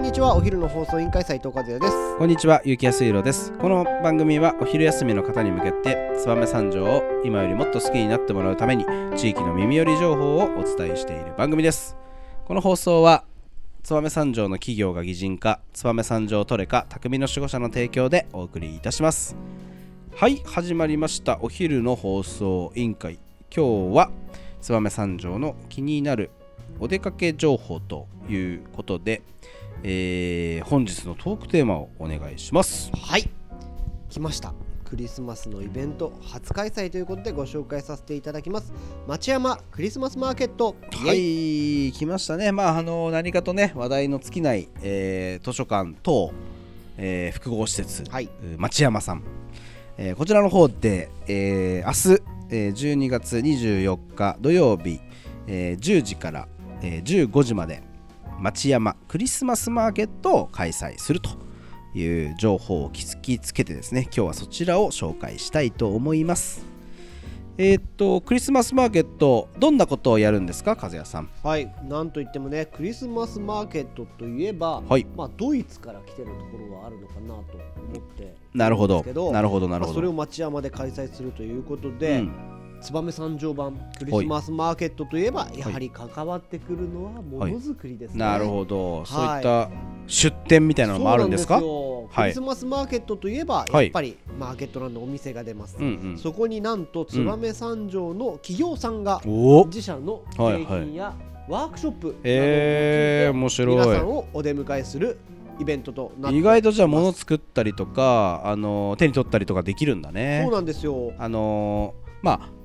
にちはお昼の放送委員会斉藤和也ですこんにちは、ゆうきやすいろです。この番組はお昼休みの方に向けて、燕三条を今よりもっと好きになってもらうために、地域の耳寄り情報をお伝えしている番組です。この放送は、燕三条の企業が擬人化、燕三条トレカ、匠の守護者の提供でお送りいたします。はい、始まりました。お昼の放送委員会。今日は、燕三条の気になるお出かけ情報ということで、えー本日のトークテーマをお願いします。はい来ましたクリスマスのイベント初開催ということでご紹介させていただきます町山クリスマスマーケットはイエイい、来ましたね。まあ、あの何かとね、話題の尽きない、えー図書館等、えー複合施設、はいえー町山さん、えーこちらの方で、えー明日、えー12月24日土曜日、えー10時から、えー15時まで町山クリスマスマーケットを開催するという情報を聞きつけてですね今日はそちらを紹介したいと思いますえーっとクリスマスマーケットどんなことをやるんですか和也さんはいなんといってもねクリスマスマーケットといえば、はいまあドイツから来てるところはあるのかなと思ってなるほでどすけどなるほどなるまあほそれをど、町山で開催するということうで、ん、燕三条版クリスマスマーケットといえば、やはり関わってくるのはものづくりですね、なるどほど、いそういった出店みたいなのもあるんですかそうはなんいですよクリスマスマーケットといえば、はいやっぱりマーケットなんでお店が出ます、うんうんそこになんと燕三条の企業さんがおお自社の製品やワークショップなどを用いてえー、面白皆さんいをお出迎えするイベントとなって意外とじゃあ物作ったりとか、あの手に取ったりとかできるんだねそうなんですよあのーまあ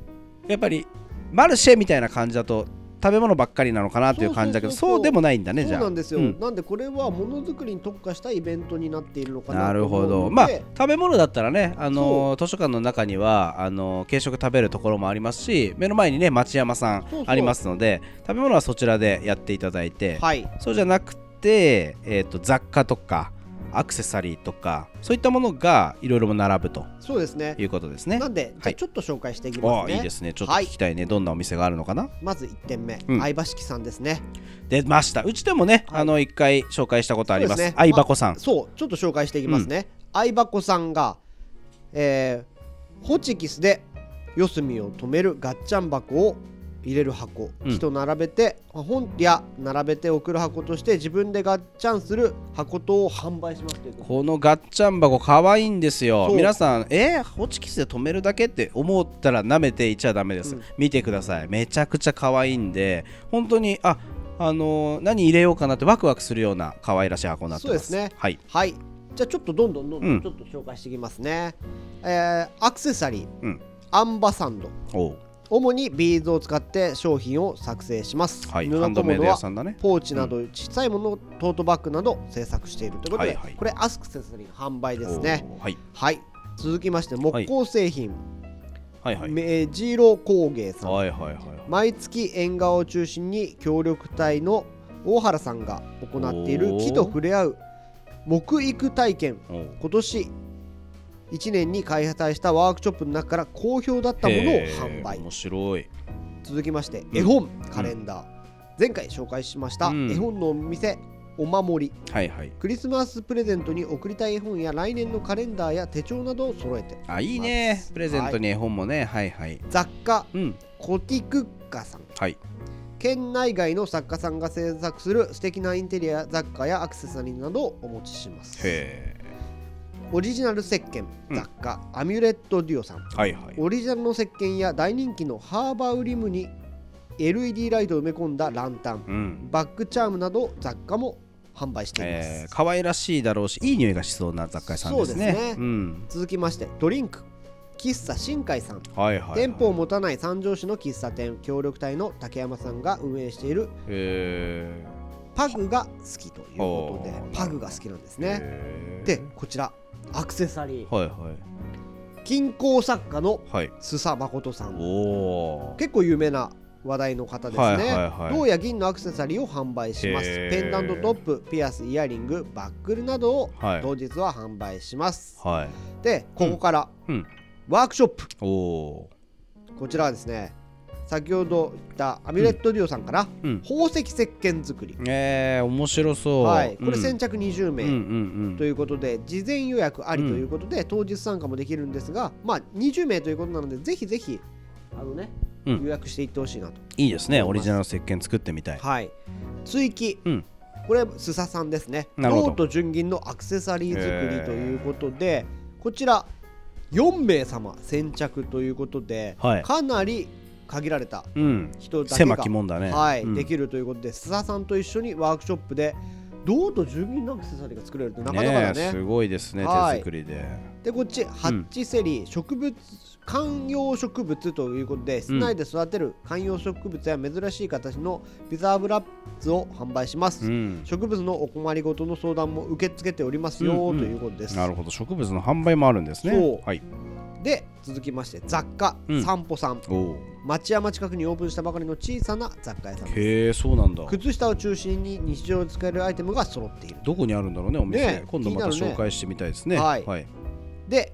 やっぱりマルシェみたいな感じだと食べ物ばっかりなのかなという感じだけどそそうそううそうそうでもないんだねそうじゃあなんですよ、うんなんでこれはものづくりに特化したイベントになっているのかななると思うほのでどまあ食べ物だったらね、あのー図書館の中にはあのー軽食食べるところもありますし目の前にね町山さんそうそうありますので食べ物はそちらでやっていただいて、はいそうじゃなくて、えー、と雑貨とかアクセサリーとかそういったものがいろいろ並ぶとそうですねいうことですねなんで、じはゃあいちょっと紹介していきますああねいいですねちょっと聞きたいね、どんなお店があるのかなまず1点目、うん相葉式さんですね出ましたうちでもね、はいあの一回紹介したことありますそうですね相箱さん、そうちょっと紹介していきますね、相葉子さんが、えーホチキスで四隅を止めるガッチャン箱を入れる箱、うん木と並べてあ本や並べて送る箱として自分でガッチャンする箱とを販売しますということこのガッチャン箱可愛いんですよそう皆さんえー、ホチキスで止めるだけって思ったら舐めていちゃダメです、うん見てくださいめちゃくちゃ可愛いんで本当にああのー何入れようかなってワクワクするような可愛らしい箱になってますそうですねはいはいじゃあちょっとどんどんどんどうんんちょっと紹介していきますね、えーアクセサリー、うんアンバサンドおう主にビーズを使って商品を作成します、はい布ハンド小メイ物ド屋はさんだねポーチなど小さいもの、トートバッグなど製作しているということで、はいはいこれアクセサリーの販売ですねおうはいはい続きまして木工製品、はいはいメージーロ工芸さん、はいはいはいはい毎月縁側を中心に協力隊の大原さんが行っているおー木と触れ合う木育体験おう今年1年に開催したワークショップの中から好評だったものをへ販ー売面白い続きましてうん絵本、カレンダー、前回紹介しました、うん絵本のお店お守りはいはいクリスマスプレゼントに贈りたい絵本や来年のカレンダーや手帳などを揃えてあいいねプレゼントはいに絵本もね、はい、はい雑貨うんコティクッカさんはい県内外の作家さんが制作する素敵なインテリア雑貨やアクセサリーなどをお持ちしますへえオリジナル石鹸うん雑貨、アミュレットデュオさんはいはいオリジナルの石鹸や大人気のハーバウリムに LED ライトを埋め込んだランタンうんバックチャームなど雑貨も販売しています、えー、可愛らしいだろうしいい匂いがしそうな雑貨屋さんですねそうですねん、続きましてドリンク喫茶新海さん、はいはい、はい、店舗を持たない三条市の喫茶店協力隊の竹山さんが運営しているへパグが好きということでほうパグが好きなんですーねへーでこちらアクセサリーはいはい金工作家のはい須佐誠さんおお結構有名な話題の方ですね、はいはいはい銅や銀のアクセサリーを販売しますへーペンダントトップピアスイヤリングバックルなどをはい当日は販売します、はいでここからうんワークショップ、おおこちらはですね先ほど言ったアミュレットデュオさんから、うん宝石石鹸作り、えー、面白そう。はい、これうん先着20名、うんうんということで事前予約ありうとんいうことで、当日参加もできるんですが、まあ、20名ということなのでぜひぜひあの、ねうん予約していってほしいなと。うん、いいですね、オリジナルの石鹸作ってみたい。はい、追記、うんこれ須佐さんですねなるほどロート純銀のアクセサリー作へーりということでこちら4名様先着ということで、はいかなり限られたうん、人だけ狭がき門だね。はいうんできるということで須佐さんと一緒にワークショップでロート純銀のアクセサリーが作れるってなかなかだねえねすごいですね、はい手作りで。でこっちハッチセリー、植物観葉植物ということで室内で育てる観葉植物や珍しい形のビザーブラッツを販売します、うん、植物のお困りごとの相談も受け付けておりますよ、うんうんということですなるほど、植物の販売もあるんですね。そうはい、で続きまして雑貨、うん散歩さんおお、町山近くにオープンしたばかりの小さな雑貨屋さんですへえ、そうなんだ。靴下を中心に日常使えるアイテムが揃っているどこにあるんだろうね、お店。ねえ今度また気になるね紹介してみたいですね。はいはい、で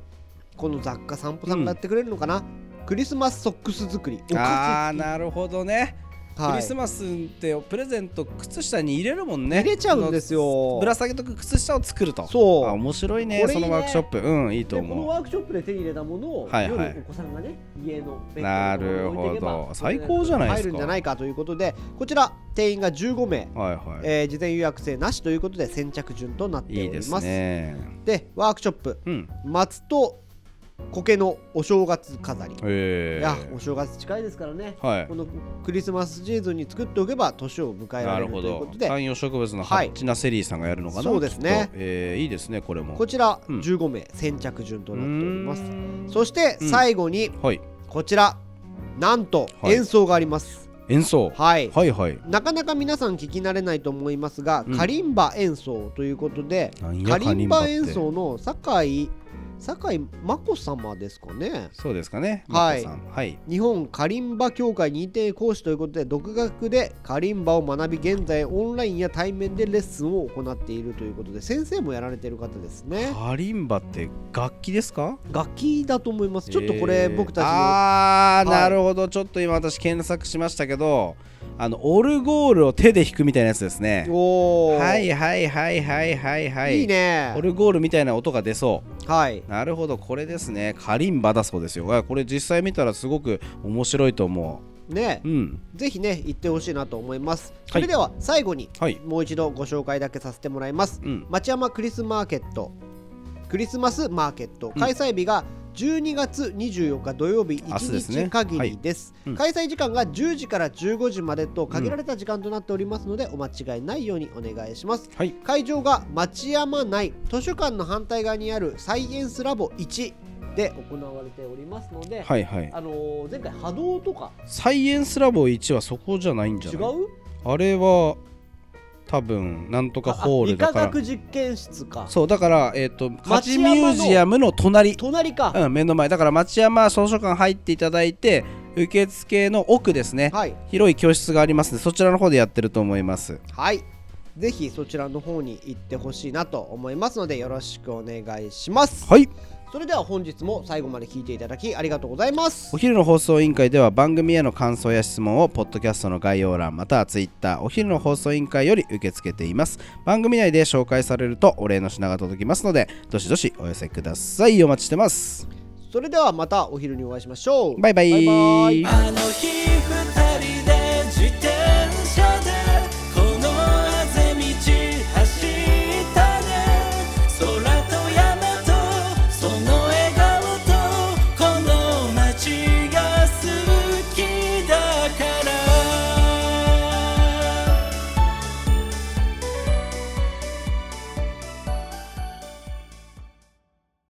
この雑貨散歩さんがやってくれるのかな、クリスマスソックス作りお靴ああ、なるほどね。はいクリスマスってプレゼント靴下に入れるもんね入れちゃうんですあのよぶら下げとく靴下を作るとそうあ面白いねこれいそいねのワークショップうんいいとでこの思ワークショップで手に入れたものを、はいはい夜お子さんがね家のベッドなるの上ほどに置いていけば最高じゃないですか入るんじゃないかということでこちら定員が15名、うはいはい、えー事前予約制なしということで先着順となっておいいりでますすねでワークショップうん松と苔のお正月飾り、えいえやお正月近いですからね、はいこのクリスマスシーズンに作っておけば年を迎えらなれるるほというこどとで観葉植物のハはいッチナセリーさんがやるのかなそうですねきっとえーいいですねこれもこちらうん15名先着順となっております、うーんそしてうん最後にはいこちらなんとはい演奏があります、演奏はいはいはいなかなか皆さん聞き慣れないと思いますが、うんカリンバ演奏ということでなんやカリンバカリンバ演って奏の酒井酒井眞子様ですかねそうですかねはいマコさんはい日本カリンバ協会認定講師ということで独学でカリンバを学び現在オンラインや対面でレッスンを行っているということで先生もやられている方ですねカリンバって楽器ですか楽器だと思いますちょっとこれ僕たちえーのあー、はいなるほどちょっと今私検索しましたけどあのオルゴールを手で弾くみたいなやつですねおーはいはいはいはいはいはいいいねオルゴールみたいな音が出そはい、うなるほどこれですねカリンバだそうですよあこれ実際見たらすごく面白いと思ねううんぜひね行ってほしいなと思いますはそいれでは最後にはいもう一度ご紹介だけさせてもらいますうん町山クリスマーケットクリスマスマーケットうん開催日が12月24日土曜日明日です1ね日限りですはいうん開催時間が10時から15時までと限られた時間となっておりますのでお間違いないようにお願いしますはい会場が町山内図書館の反対側にあるサイエンスラボ1で行われておりますので、はいはいあのー前回波動とかサイエンスラボ1はそこじゃないんじゃ違ないうあれは多分なんとかホールだかあ理ら化学実験室かそうだからえっ、とカチ町ミ山のュージアムの隣隣か、うん、目の前だから町山総書館入っていただいて受付の奥ですね、はい広い教室がありますのでそちらの方でやってると思いますはいぜひそちらの方に行ってほしいなと思いますのでよろしくお願いしますはいそれでは本日も最後まで聞いていただきありがとうございますお昼の放送委員会では番組への感想や質問をポッドキャストの概要欄またはツイッターお昼の放送委員会より受け付けています番組内で紹介されるとお礼の品が届きますのでどしどしお寄せくださいお待ちしてますそれではまたお昼にお会いしましょうバイバイバイバイあの日二